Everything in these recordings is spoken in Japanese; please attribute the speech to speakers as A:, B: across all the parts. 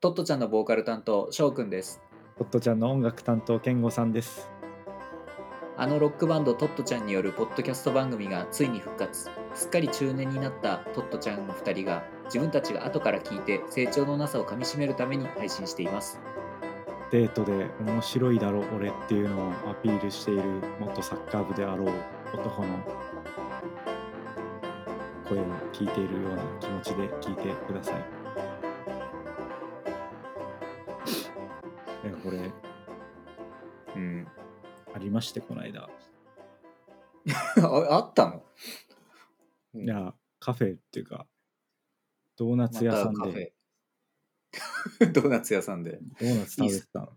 A: トットちゃんのボーカル担当翔くんです
B: トットちゃんの音楽担当健吾さんです
A: あのロックバンドトットちゃんによるポッドキャスト番組がついに復活すっかり中年になったトットちゃんの2人が自分たちが後から聞いて成長のなさをかみしめるために配信しています
B: デートで面白いだろ俺っていうのをアピールしている元サッカー部であろう男の声を聞いているような気持ちで聞いてくださいなんかこれ
A: うん
B: ありましてこの間
A: ああったの
B: いやカフェっていうかドーナツ屋さん
A: またカフ
B: で
A: ェ ドーナツ屋さんで
B: ドーナツ食べてたの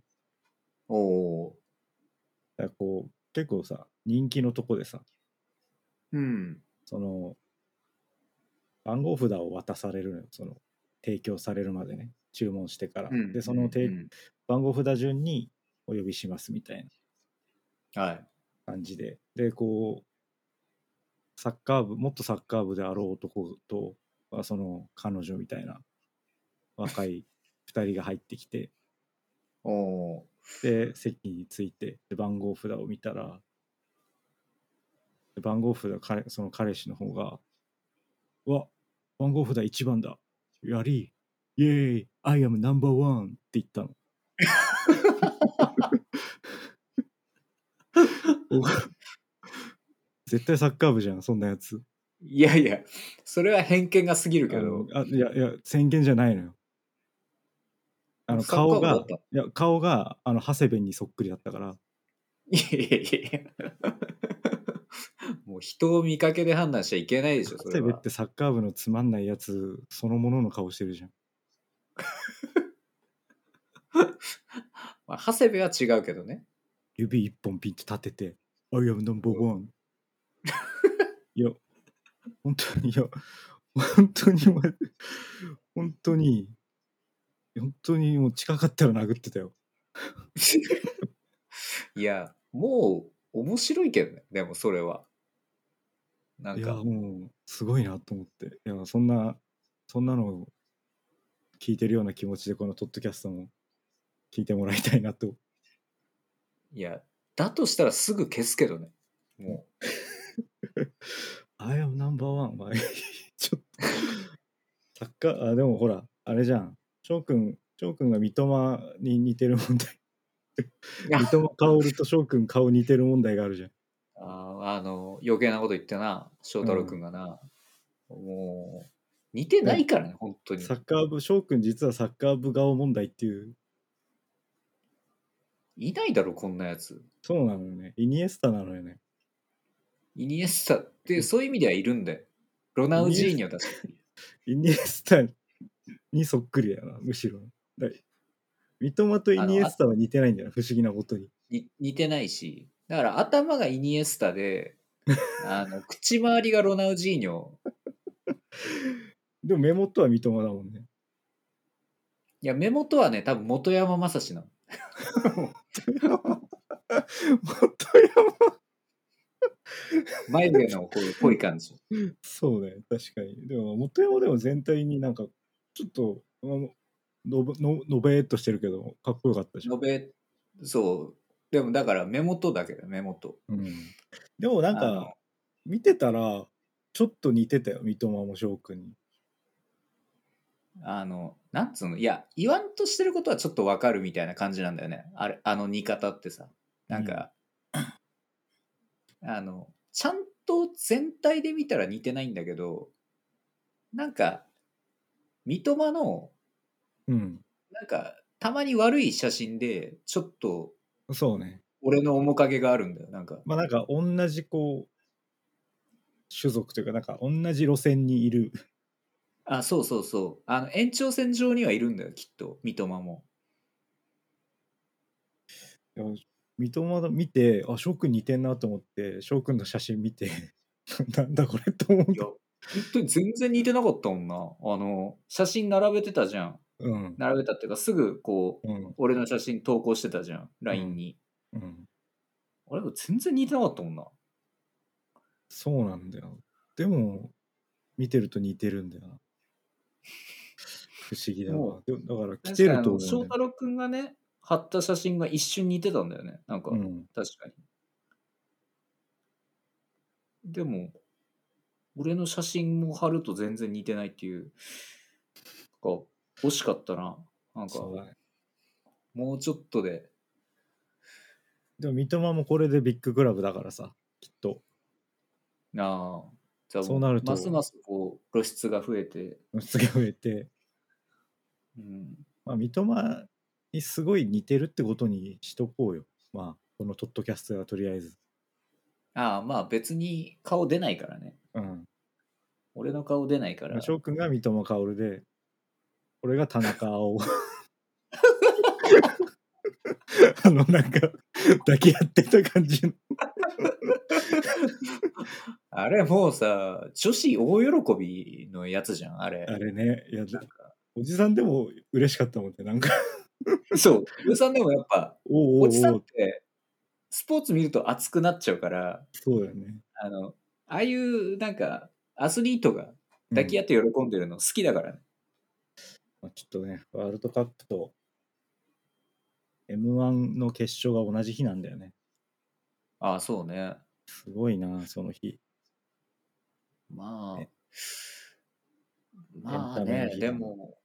A: おお
B: だからこう結構さ人気のとこでさ
A: ーうん
B: その番号札を渡されるのよその提供されるまでね注文してから、
A: うん
B: でその、て
A: うん
B: 番号札順にお呼びしますみたいな
A: はい
B: 感じででこうサッカー部もっとサッカー部であろう男とまあその彼女みたいな若い2人が入ってきて
A: おお
B: で席に着いてで番号札を見たらで番号札彼その彼氏の方が「うわ番号札1番だやりイエーイ I am number one」って言ったの。 お絶対サッカー部じゃんそんなやつ
A: ーいやいやそれは偏見が過ぎるけ
B: あの
A: ど
B: あいやいや宣言じゃないのよあの
A: サッカー
B: 顔
A: 部だ
B: が
A: った
B: いや顔があの長谷部にそっくりだったから
A: いやいやいやい やもう人を見かけで判断しちゃいけないでしょ、そ
B: 長
A: れ
B: 谷部っ
A: は。
B: てサッカー部のつまんないやつそのものの顔してるじゃん。
A: まあ、長谷部は違うけどね。
B: 指一本ピンチ立てて、I am number one。いや、本当に、いや、本当にお前、本当に、本当にもう近かったら殴ってたよ。
A: いや、もう面白いけどね、でもそれは。ないん
B: や、
A: か、
B: もう、すごいなと思って。いや、そんな、そんなのを聞いてるような気持ちで、このトッドキャストも聞いてもらいたいなと。
A: いや、だとしたらすぐ消すけどね。も
B: I am number one は ちょっとサッカーあでもほらあれじゃん翔くん翔くんが三笘に似てる問題
A: いや
B: 三笘薫と翔くん顔似てる問題があるじゃん
A: う、あーあの、余計なこと言ってな、翔太郎くんがな、もう、似てないからね、本当に
B: サ。ッカー部翔くん実はサッカー部顔問題っていう
A: いないだろ、こんなやつ。
B: そうなのよねイニエスタなのよね
A: イニエスタって、そういう意味ではいるんだよ。ロナウジーニョだし。
B: イニエスタにそっくりだなむしろだ三笘とイニエスタは似てないんだよな不思議なことに
A: に似てないしだから頭がイニエスタであの口周りがロナウジーニョ
B: でも目元は三笘だもんね
A: いや目元はね多分元山雅史なの
B: 元山
A: 眉毛のこういう濃い感じ
B: そうね、確かに。でも、元山でも全体になんか、ちょっと、あののべののべーっとしてるけど、かっこよかったじゃん。
A: のべそうでもだから目元だけど目元
B: うん、でもなん
A: あの
B: か、見てたら、ちょっと似てたよ、三笘も翔くんに。
A: あのなんつうのいや言わんとしてることはちょっとわかるみたいな感じなんだよねあれあの似方ってさなんか、 あのちゃんと全体で見たら似てないんだけどなんか三笘の
B: うん、
A: なんかたまに悪い写真でちょっと
B: そうね。
A: 俺の面影があるんだよなんか
B: まあなんか、同じこう、種族というか、なんか、同じ路線にいる。
A: あそうそうそうあの延長線上にはいるんだよきっと三笘も
B: いや三笘の見て、あ、翔くん似てんなと思って、翔くんの写真見て、 なんだこれと思っ
A: いや
B: た。
A: 本当に全然似てなかったもんなあの写真並べてたじゃん
B: うん。
A: 並べたっていうかすぐこう
B: うん。
A: 俺の写真投稿してたじゃん LINE に、
B: うん
A: あれ全然似てなかったもんな
B: そうなんだよ。でも、見てると似てるんだよな。不思議だわ
A: も
B: でもだから来
A: 確
B: て
A: かにあ
B: ると
A: の
B: 思う
A: 翔
B: んだ
A: 太郎くんがね、貼った写真が一瞬似てたんだよね。なんか、
B: よね、うん、
A: 確かに。でも、俺の写真も貼ると全然似てないっていう、なんか惜しかったな。なんか、
B: そうだね
A: もうちょっとで、
B: でも三笘もこれでビッグクラブだからさきっと
A: なあ、じゃあ
B: そうなると
A: ますますこう露出が増えて、
B: すげえ増えて、
A: うん、
B: まあ、三笘にすごい似てるってことにしとこうよまあこのトッドキャストはとりあえず
A: ああ、まあ別に顔出ないからね。
B: うん
A: 俺の顔出ないか
B: ま
A: ら
B: あ。翔くんが三笘薫で俺が田中 碧あのなんか抱き合ってた感じの
A: あれもうさ、女子大喜びのやつじゃん、あれ。
B: あれねいや
A: なんか
B: おじさんでも嬉しかったもんねなんか
A: そう、おじさんでもやっぱ、
B: おうおうお
A: お
B: う
A: じさんって、スポーツ見ると熱くなっちゃうから、
B: そうだよね
A: あの、ああいうなんか、アスリートが抱き合って喜んでるの好きだからね。
B: まあ、ちょっとね、ワールドカップと M1 の決勝が同じ日なんだよね。
A: ああ、そうね。
B: すごいな、その日。
A: まあ
B: ね、
A: まあ
B: エンタメの
A: ね、
B: 日
A: でも、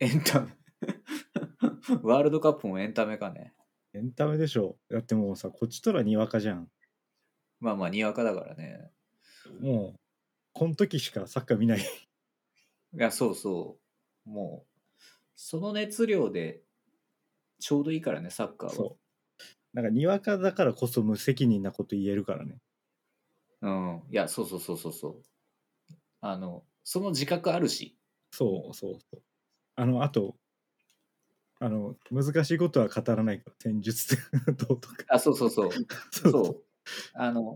A: エンタメ。 ワールドカップもエンタメかね。
B: エンタメでしょ。だってもうさ、こっちとらにわかじゃん。
A: まあまあ、にわかだからね。
B: もう、この時しかサッカー見ない。
A: いや、そうそう。もう、その熱量で、ちょうどいいからね、サッカーは。
B: そう。なんか、にわかだからこそ無責任なこと言えるからね。
A: うん。いや、そうそうそうそうそう。あの、その自覚あるし。
B: そうそうそう。あの、あと、あの、難しいことは語らないから、戦術 どうとか。
A: あ、そうそうそう。
B: そ
A: そう。あの、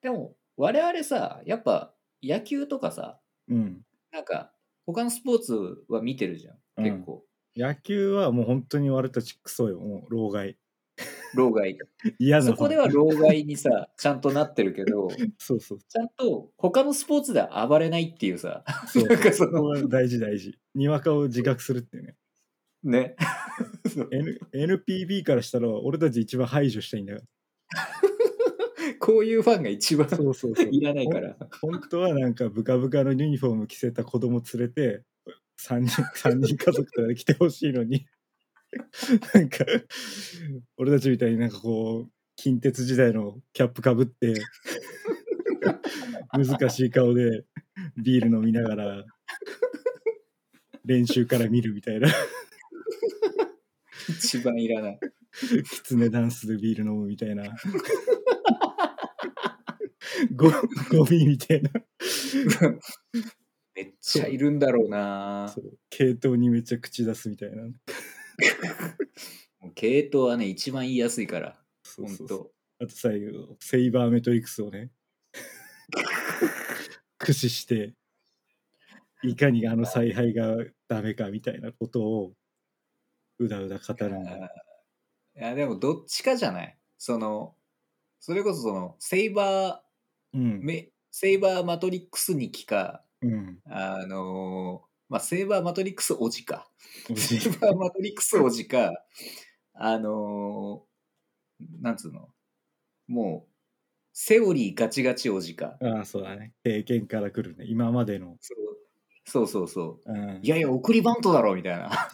A: でも、我々さ、やっぱ野球とかさ、
B: う。うん。
A: なんか、他のスポーツは見てるじゃん、
B: うん
A: 結構。
B: 野球はもう本当に俺たちクソよ。もう、老害。
A: 老害。
B: 嫌な
A: そこでは老害にさ、 ちゃんとなってるけ ど、
B: そうそう
A: ちゃんと他のスポーツでは暴れないっていうさ、
B: そう。
A: なんかそ
B: そこ
A: の、
B: は大事大事。にわかを自覚するっていうね。
A: ね。
B: N、NPB からしたら俺たち一番排除したいんだか
A: こういうファンが一番
B: ら。そうそうそう。
A: いらないから。
B: ほん。本当はなんかブカブカのユニフォーム着せた子供連れて、3人、三人家族とかで来てほしいのに、 なんか、俺たちみたいになんかこう、近鉄時代のキャップかぶって、 難しい顔でビール飲みながら、練習から見るみたいな。
A: 一番いらない。
B: キツネダンスでビール飲むみたいな。 ゴゴミみたいな。
A: めっちゃいるんだろうな
B: そ。う系統にめっちゃ口出すみたいな。
A: もう系統はね、一番言いやすいから。
B: そう
A: ほ
B: そ
A: ん
B: うそう
A: と。
B: あと最後、セイバーメトリックス をね、駆使して、いかにあの采配がダメかみたいなことを、うだうだ語るんだ。
A: いや、でもどっちかじゃない。その、それこそその、セイバ
B: う
A: ー、
B: ん。
A: めセイバーマトリックスに来か、
B: うん。
A: あのーまあ、セイバーマトリックスおじ か。
B: お
A: セ
B: じ
A: イバーマトリックスおじか、あのーなんつうの、もう、セオリーガチガチおじか。
B: ああ、そうだね。経験から来るね。今までの。
A: そうそうそうそう。
B: うん
A: いやいや、送りバントだろみたいな。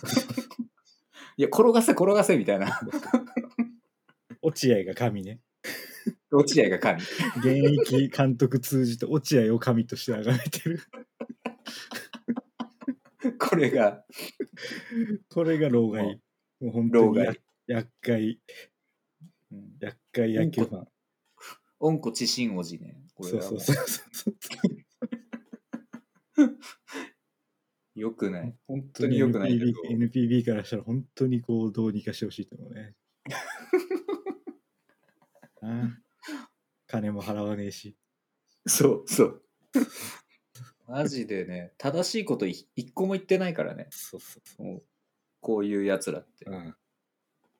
A: いや、転がせ、転がせみたいな。
B: 落合が神ね。
A: 落合が神。
B: 現役監督通じて落合を神として崇めてる
A: これが、
B: これが老害もう本当
A: 老
B: にや
A: 害。
B: 厄介
A: うん
B: 厄介野球ファン
A: 温故知新おじね。これ
B: そう
A: は
B: そうそうそう
A: よくない。本当
B: 本当
A: に
B: に
A: よくないけ
B: NPB,
A: ど。
B: NPB からしたら本当にこうどうにかしてほしいと思う ねああ金も払わねえし
A: そうそう。 マジでね、正しいことい一個も言ってないからね。
B: そうそうそ
A: もうこういうやつらって。
B: ん、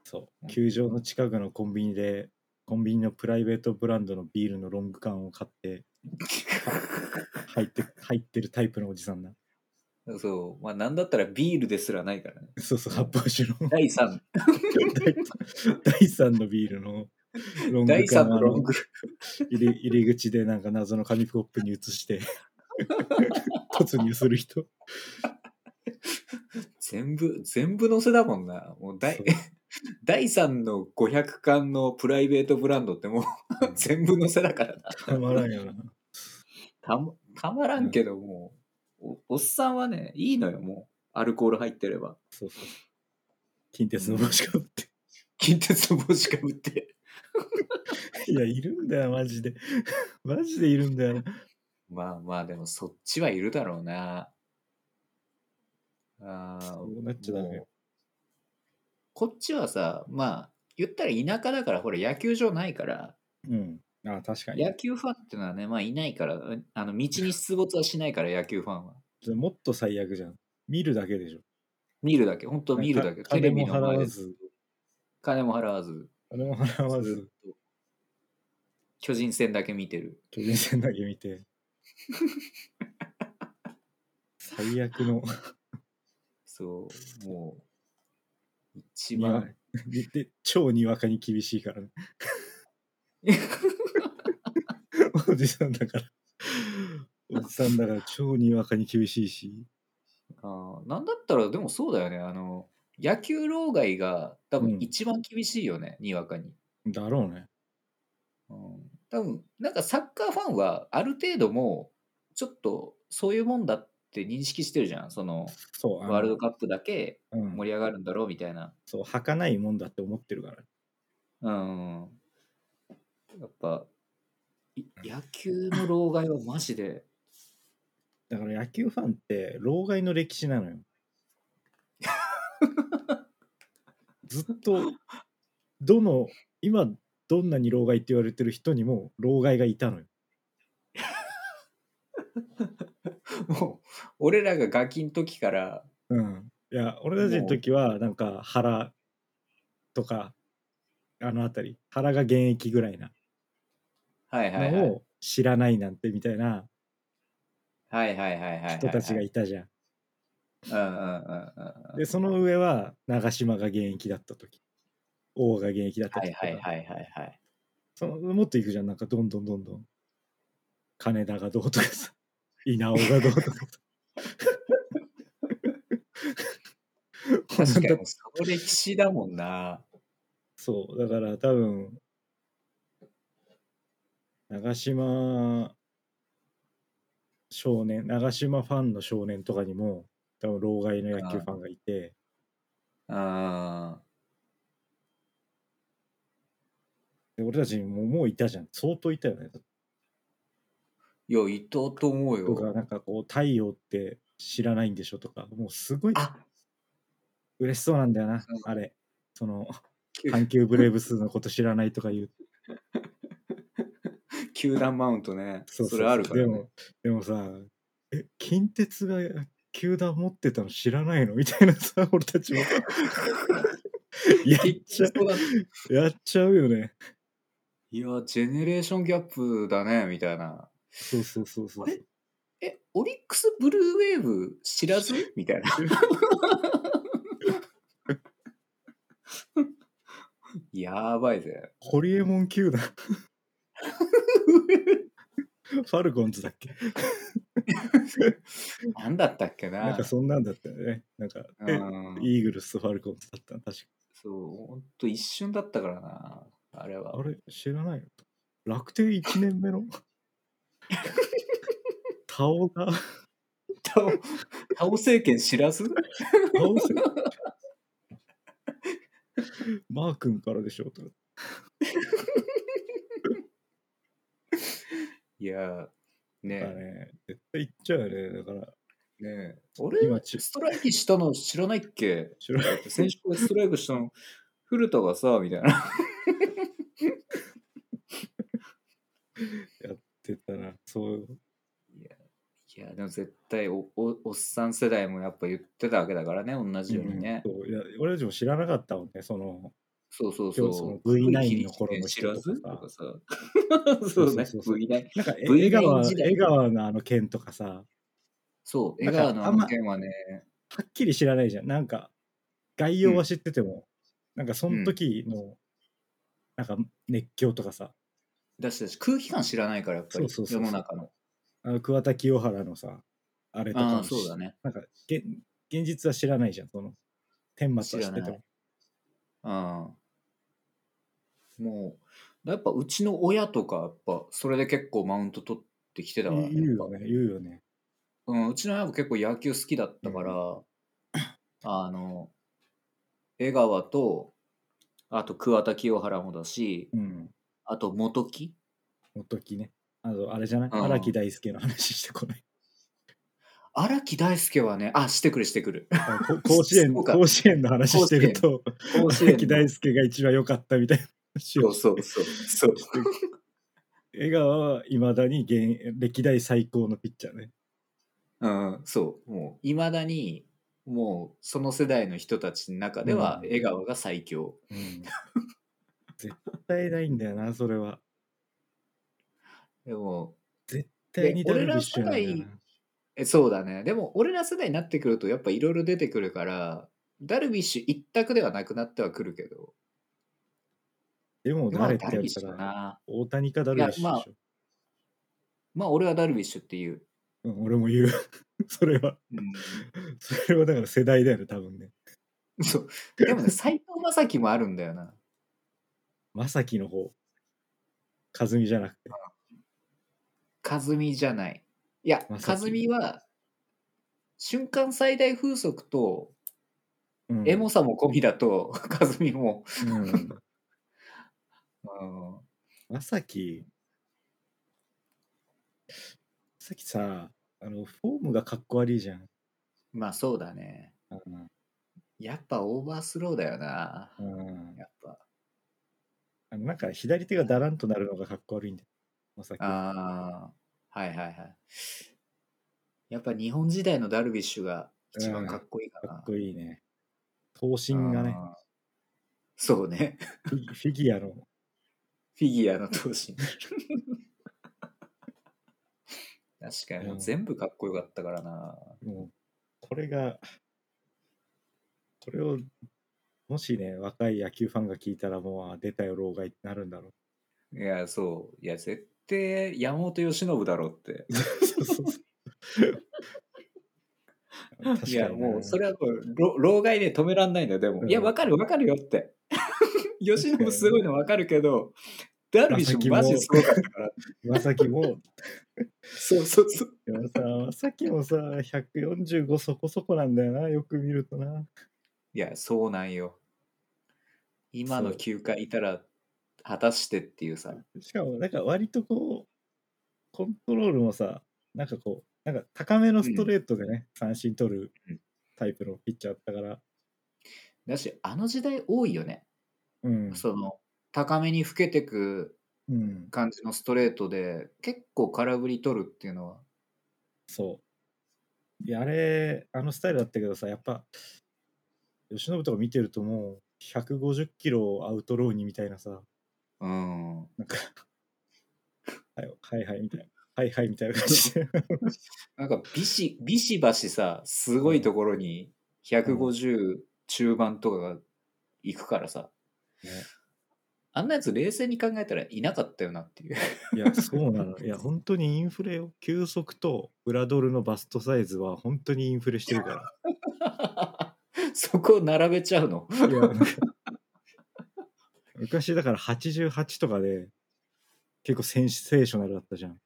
B: そ
A: う
B: う
A: ん
B: 球場の近くのコンビニでコンビニのプライベートブランドのビールのロン グ缶を買って入って入ってるタイプのおじさんな
A: そう。まあ、なんだったらビールですらないからね。
B: そうそう、発泡酒 の
A: 第3、
B: 第3のビールのロン
A: 第
B: グ
A: 3
B: か
A: の
B: な
A: ロング。
B: 入り入り口でなんか謎の紙コップに移して 突入する人
A: 全部、全部載せだもんな。もう第
B: そう、
A: 第3の500巻のプライベートブランドってもう全部載せだからな。
B: たまらんよな
A: たまたまらんけど、もう、お、おっさんはね、いいのよ、もう。アルコール入ってれば。
B: そうそう近鉄の帽子かぶって
A: 近鉄の帽子かぶって。
B: いやいるんだよマジでマジでいるんだよな
A: まあまあ、でもそっちはいるだろうな。ああ、
B: そうなっちゃダメ
A: もうこっちはさ、まあ、言ったら田舎だから、ほら、野球場ないから、
B: うんあ確かに
A: 野球ファンっていうのはね、まあ、いないから、うんあの道に出没はしないから、野球ファンは。
B: もっと最悪じゃん見るだけでしょ
A: 見るだけ、本当見るだけ、
B: か
A: テレビの前
B: 金も払わ
A: で
B: ず
A: 金も払わず、
B: あれも払わず
A: 巨人戦だけ見てる。
B: 巨人戦だけ見 て最悪の
A: そう、もう、一
B: にわ
A: 番、
B: で超にわかに厳しいからねおじさんだからおじさんだから超にわかに厳しいし
A: あーなんだったら、でもそうだよね、あの、野球老害が多
B: う
A: 分
B: ん
A: 一番厳しいよね、にわかに。
B: だろうね
A: うん多分なんかサッカーファンはある程度もうちょっとそういうもんだって認識してるじゃんその
B: そうあの
A: ワールドカップだけ
B: うん
A: 盛り上がるんだろうみたいな
B: そう儚いもんだって思ってるか
A: う
B: ら
A: んやっぱい野球の老害はマジで
B: だから野球ファンって老害の歴史なのよずっとどの今どんなに老害って言われてる人にも老害がいたのよ
A: もう俺らがガキの時から
B: うんいや俺たちの時はなんか原とかあの辺り原が現役ぐらいな
A: はいはいはい
B: のを知らないなんてみたいな
A: はいはいはいはいはい
B: 人たちが
A: はい
B: いたじゃん。
A: うんうんうんうんうん
B: でその上は長嶋が現役だった時王が現役だった
A: は
B: 時
A: い
B: とか、
A: はいはい はいはい
B: そのもっといくじゃんなんかどんどんどんどん金田がどうとかさ稲尾がどうとかさ。
A: 確かにその歴史だもんな
B: そう、だから多分、長島少年、長島ファンの少年とかにも、多分、老害の野球ファンがいて、
A: うん
B: で俺たちにももういたじゃん。相当いたよね。
A: いや、いたと思う
B: とか、
A: よ。
B: なんかこう、太陽って知らないんでしょとか、もうすごい
A: あ
B: 嬉しそうなんだよな
A: うん、
B: あれ。その、
A: 球
B: 阪急ブレーブスのこと知らないとか言う。
A: 球団マウントね。
B: う
A: そうれあるから、
B: で
A: ね
B: も。、でもさ、え、近鉄が球団持ってたの知らないの みたいなさ、俺た ちも。やっ
A: 結
B: ちゃ
A: 局そうだ
B: う、やっちゃうよね。
A: いや、ジェネレーションギャップだね、みたいな。
B: そうそうそうそう
A: あ。れえ、オリックスブルーウェーブ知らずみたいな。 やばいぜ。
B: ホリエモン球団、 ファルコンズだっけ
A: なんだったっけな。
B: なんかそんなんだったよね。なんか、え
A: うん
B: イーグルスとファルコンズだったの確か
A: そう、ほんと一瞬だったからな。あれは
B: あ。れ、知らないの楽天1年 目のタオが、
A: タオ、タオ政権知らず
B: タオせマー君からでしょとか
A: いや、ね
B: だね。絶対行っちゃうよね。だから、
A: ねえ、俺
B: 今ち
A: ストライキしたの知らないっけ
B: 知らない
A: だって先週これストライクしたの古田がさみたいな
B: やってたら、そう、
A: いやでも絶対おおおっさん世代もやっぱ言ってたわけだからね同じようにね、
B: うんそういや俺たちも知らなかったもんね、その、
A: そうそうそう
B: その V9
A: V9
B: の頃の
A: 知ら
B: 人とか
A: ず
B: さ
A: とかさそうね
B: そうそうそうそう
A: V9
B: なんか、え江
A: V9
B: 川、
A: 時代
B: 江川のあの件とかさ、
A: そう、江
B: だから
A: 川の
B: あ
A: 案
B: んま
A: 件はね、
B: はっきり知らないじゃん。なんか、概要は知ってても、なんかその時の、なんか熱狂とかさ、
A: だしだし空気感知らないから、やっぱり
B: そうそうそうそう
A: 世の中の。
B: あの桑田清原のさ、あれとか
A: ああ、
B: も
A: そうだね。
B: なんか現、現実は知らないじゃん、その、天末は知っ
A: 知
B: てて
A: らな
B: も
A: い。ああもう、やっぱうちの親とか、やっぱそれで結構マウント取ってきてたからね。
B: 言う
A: やっぱ
B: よね、言うよね。
A: うん、うちの親も結構野球好きだったから、あの、江川と、あと桑田清原もだし、
B: うん。
A: あと元木
B: おときね。あの、あれじゃない
A: うん
B: 荒木大輔の話して こない。
A: 荒木大輔はね、あ、してくるしてくる。
B: あのこ甲子園、
A: そうか
B: 甲子園の話してると、
A: 甲子園
B: 荒
A: の
B: 木大輔が一番良かったみたいな 話
A: そ
B: を
A: うそうそう。そう
B: 江川はいまだに現歴代最高のピッチャーね。
A: うん、そう。もう、いまだに、もう、その世代の人たちの中では
B: う、ん
A: 江川が最強。
B: うん、絶対ないんだよな、それは。
A: でも、
B: 絶対にダルビッシュなんだよ
A: 俺ら世
B: な。
A: えそうだね。でも、俺ら世代になってくると、やっぱいろいろ出てくるから、ダルビッシュ一択ではなくなってはくるけど、
B: でも
A: まあ、
B: 誰って
A: ダルビッ
B: や
A: シ
B: っ
A: ュ
B: た、
A: からな。
B: 大谷かダルビッシュでしょ。
A: まあ、俺はダルビッシュっていう。
B: うん、俺も言う。 それは、それはだから世代だよね、多分ね。
A: そう。でもね、斎藤正樹もあるんだよな。
B: まさきの方。かずみじゃなくて。
A: 和美じゃない。いや、
B: 正
A: 和
B: 樹
A: 美は、瞬間最大風速と、
B: うん
A: エモさも込みだと、 和美も、
B: うん
A: うん
B: まさき、まさきさ、あの、フォームがかっこ悪いじゃん。
A: まあそうだね。
B: うん
A: やっぱオーバースローだよな。
B: うん
A: やっぱ。
B: あのなんか左手がだらんとなるのがかっこ悪いんだよ。まさき。
A: ああ、はいはいはい。やっぱ日本時代のダルビッシュが一番かっこいいかな。
B: かっこいいね。頭身がね、
A: あーそうね。
B: フィギフィギュアの。
A: フィギュアの闘 身。確かにもう全部かっこよかったからな。
B: もう、これが、これを、もしね、若い野球ファンが聞いたら、もう、あ出たよ、老害ってなるんだろ
A: いや、そう。いや、絶対山本由伸だろうって。
B: う。そうそうそう確かに
A: いや、もうそ
B: れ、
A: れはもう老老害で止めらんないんだよ、でも。
B: うん
A: いや、わかるわかるよ って。吉野もすごいのわかるけど、ダルビッシュもマジすごかったから。
B: まさきも、
A: そうそうそう。
B: でもさ、まさきもさ、145そこそこなんだよな、よく見るとな。
A: いや、そうなんよ。今の
B: そう
A: 球界いたら、果たしてっていうさ。
B: しかも、なんか割とこう、コントロールもさ、なんかこう、なんか高めのストレートでね、三振取るタイプのピッチャーだったから、
A: だし、あの時代多いよね。
B: うん。
A: その、高めに老けてく
B: うん、
A: 感じのストレートで、結構空振り取るっていうのは。
B: そう。いや、あれ、あのスタイルだったけどさ、やっぱ、吉野とか見てるともう、150キロをアウトローにみたいなさ、
A: うん。
B: なんか、はいはいはいみたいな、はいはいみたいな感じで。
A: なんかビシ、ビシバシさ、すごいところに150中盤とかが行くからさ、あんなやつ冷静に考えたらいなかったよなっていう。
B: いや、そうなの。いや、本当にインフレを、急速とグラドルのバストサイズは本当にインフレしてるか
A: そこを並べちゃうの。
B: ら。いや、なんか昔だから88とかで、結構センセーショナルだったじゃん。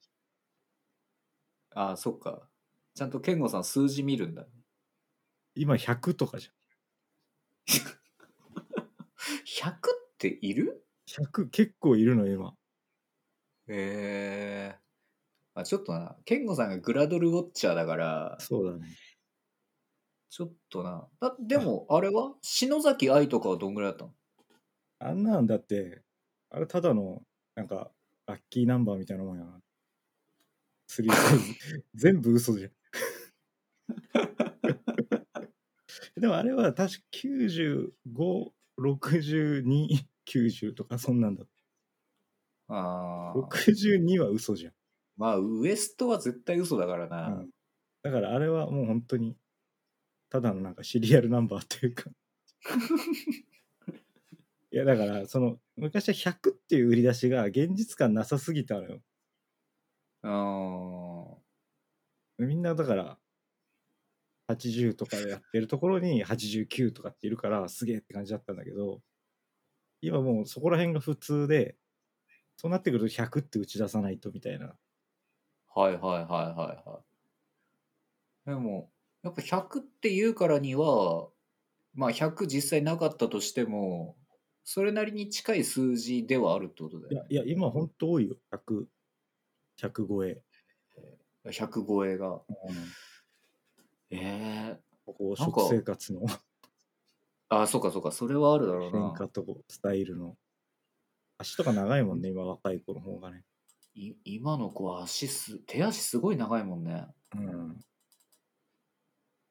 A: ああ、そっか。ちゃんと健吾さん数字見るんだ。
B: 今100とかじゃん。
A: 100っている
B: 100結構いるのよ今
A: ええまあ、ちょっとな、健吾さんがグラドルウォッチャーだから、
B: そうだね
A: ちょっとな。だでも、あれは篠崎愛とかはどんぐらいだったの
B: あんなんだってあれただのなんかラッキーナンバーみたいなもんやなスリーサイズ全部嘘じゃんでもあれは確か956290とかそんなんだ
A: ああ。
B: 62は嘘じゃん
A: まあ、ウエストは絶対嘘だからな。
B: うんだからあれはもう本当に、ただのなんかシリアルナンバーって いうか。いや、だから、その、昔は100っていう売り出しが現実感なさすぎたのよ。
A: あー
B: みんなだから、80とかでやってるところに89とかっているから、すげえって感じだったんだけど、今もうそこら辺が普通で、そうなってくると100って打ち出さないとみたいな。
A: はいはいはいはいはい。でも、やっぱ100って言うからには、まあ100実際なかったとしても、それなりに近い数字ではあるってことだ
B: い
A: よ
B: や
A: ね。、
B: いや今本当多いよ。100、100超え。
A: 100超えが。ええ
B: ここ、
A: なんか
B: 食生活の
A: ああ、そうかそうか、それはあるだろう
B: 変
A: な
B: 化。とこスタイルの。足とか長いもんね、今若い子の方がね。
A: い今の子は足す、手足すごい長いもんね。
B: うん。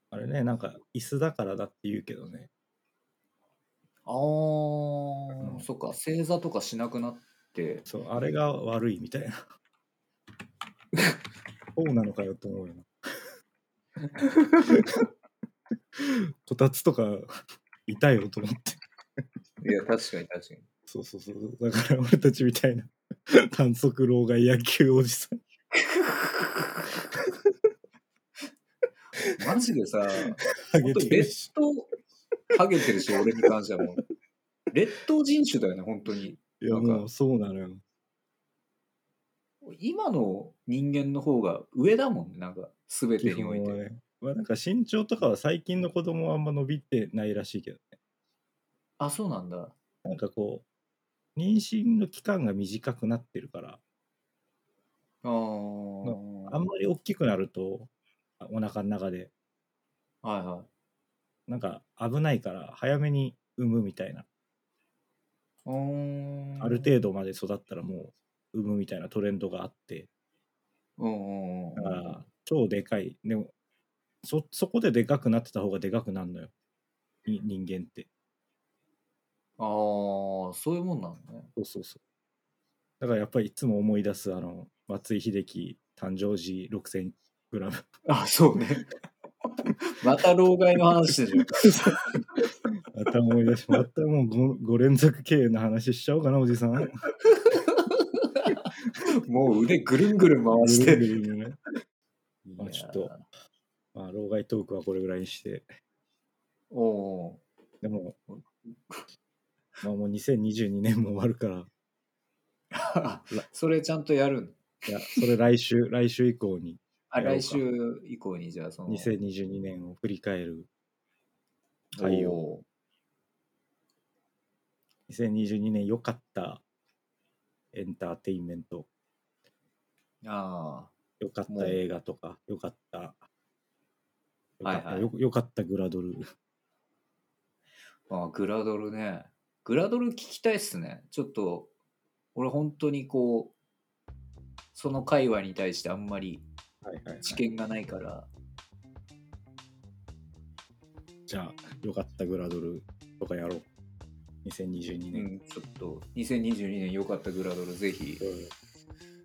B: あれね、なんか椅子だからだって言うけどね。
A: ああ、
B: うん
A: そっか、正座とかしなくなって、
B: そう、あれが悪い みたいな。そうなのかよと思う よな。こたつとか痛いよと思って。
A: いや、確かに確 かに。
B: そうそうそう。だから俺たちみたいな短足老害野球おじさん。
A: マジでさ、
B: ハ
A: 本
B: ゲ
A: 当に
B: てるし
A: 劣等、ハゲてるし、俺に関してはもう。劣等人種だよね、本当に。
B: いや
A: なんか
B: もうそうなのよ。
A: 今の人間の方が上だもんね、なんか、すべてにおい
B: 基本
A: て。
B: はねまあなんか身長とかは最近の子供はあんま伸びてないらしいけどね。
A: あ、そうなんだ。
B: なんかこう、妊娠の期間が短くなってるから、
A: あー
B: あんまり大きくなると、あお腹の中で、
A: はいはい。
B: なんか危ないから早めに産むみたいな。
A: うーん
B: ある程度まで育ったらもう産むみたいなトレンドがあって、
A: うんうんうん
B: だから超でかい。でも、そ、そこででかくなってた方がでかくなるのよ。に人間って。
A: あーそういうもんなんだね。
B: そうそうそう。だからやっぱりいつも思い出す、あの、松井秀喜誕生時6000グラム。
A: あ、そうね。 また老害の話でしょ。
B: また思い出し、またもう 5, 連続経営の話しちゃおうかな、おじさん。回
A: もう腕ぐるんぐるん回して。
B: るぐるね。 まあ
A: いやー
B: ちょっと。まあ、老害トークはこれぐらいにして。
A: おお
B: でも、まあもう2022年も終わるから、
A: ー。それちゃんとやるの
B: いや、それ来週、来週以降に、
A: あ、
B: やろうか
A: 来週以降にじゃあその。
B: 2022年を振り返る。回を
A: お
B: 2022年良かったエンターテインメント、
A: ーあ
B: 良かっ
A: もう
B: た映画とか、良かった、良かった、
A: はいはい
B: よ良かったグラドル。
A: ーあ、グラドルね。グラドル聞きたいっすね。ちょっと、俺本当にこう、その界隈に対してあんまり
B: はいはいはい
A: 知見がないから、
B: じゃあ、良かったグラドルとかやろう。2022
A: う
B: 年。
A: ん、ちょっと、2022年良かったグラドルぜひ、
B: うん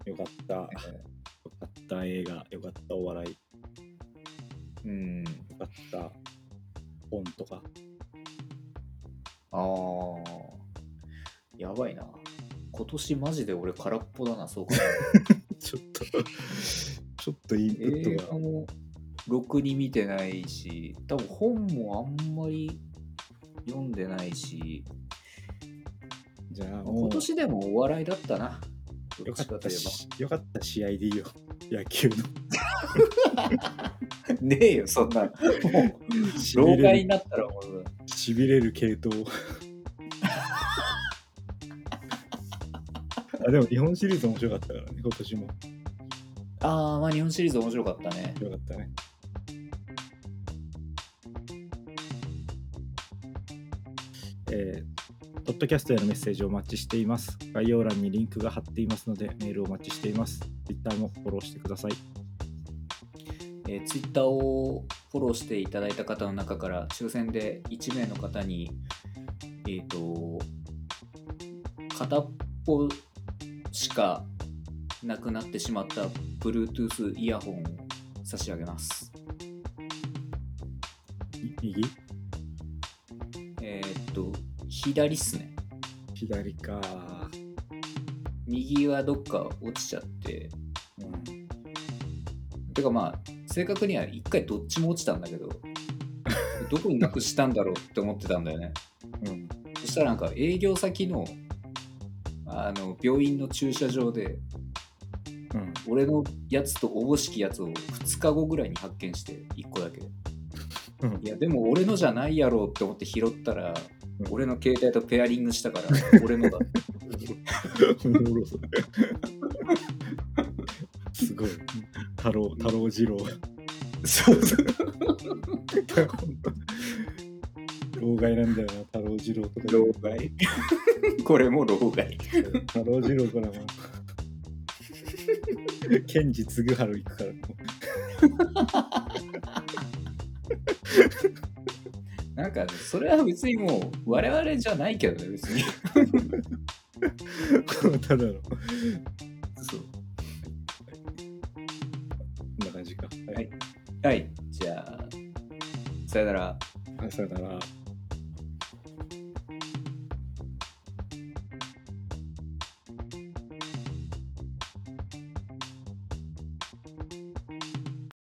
B: 良かった、良かった映画、良かったお笑い、
A: うん、
B: 良かった本とか。
A: ああ、やばいな。今年マジで俺空っぽだな、そうか。
B: ちょっと、 ちょっとインプ
A: 映
B: ッ
A: 画
B: トが。
A: もろくに見てないし多分本もあんまり読んでないし
B: じゃあ、も
A: 今
B: う
A: 年でもお笑いだったなど
B: 良
A: っ
B: か
A: ちか
B: っ
A: と
B: た
A: いえ
B: し、良かった試合でいいよ。野球の。
A: ば ねえよそん なもう
B: しび
A: 老
B: れ
A: 害
B: る
A: になったらもう
B: しびれる系統あでも日本シリーズ面白かったからね今年も
A: ああまあ日本シリーズ面白かったね
B: よかったねえーポッドキャストへのメッセージをお待ちしています概要欄にリンクが貼っていますのでメールをお待ちしています Twitter もフォローしてください
A: えー、Twitter をフォローしていただいた方の中から抽選で1名の方にえっ、と片っぽしかなくなってしまった Bluetooth イヤホンを差し上げます
B: 右
A: えーっと、左っすね。
B: 左か。
A: 右はどっか落ちちゃって。
B: うん。
A: てかまあ、正確には一回どっちも落ちたんだけど、どこになくしたんだろうって思ってたんだよね。
B: うん。
A: そしたらなんか営業先のあの病院の駐車場で、
B: うん。
A: 俺のやつとおぼしきやつを2日後ぐらいに発見して、1個だけ。
B: うん
A: いや、でも俺のじゃないやろうって思って拾ったら、
B: うん
A: 俺の携帯とペアリングした から、俺のだって。
B: おもろそう。すごい。太郎、太郎次郎。
A: そうそう。
B: 老害なんだよな、太郎次郎とか。
A: 老害これも老害。
B: 太郎次郎から も。賢治継ぐ春行くからも
A: なんか、それは別にもう、我々じゃないけどね、別に。
B: う。このただの。こ
A: そう。
B: んな感じか。
A: はいはい、じゃあ、さよなら。
B: はい。さよなら。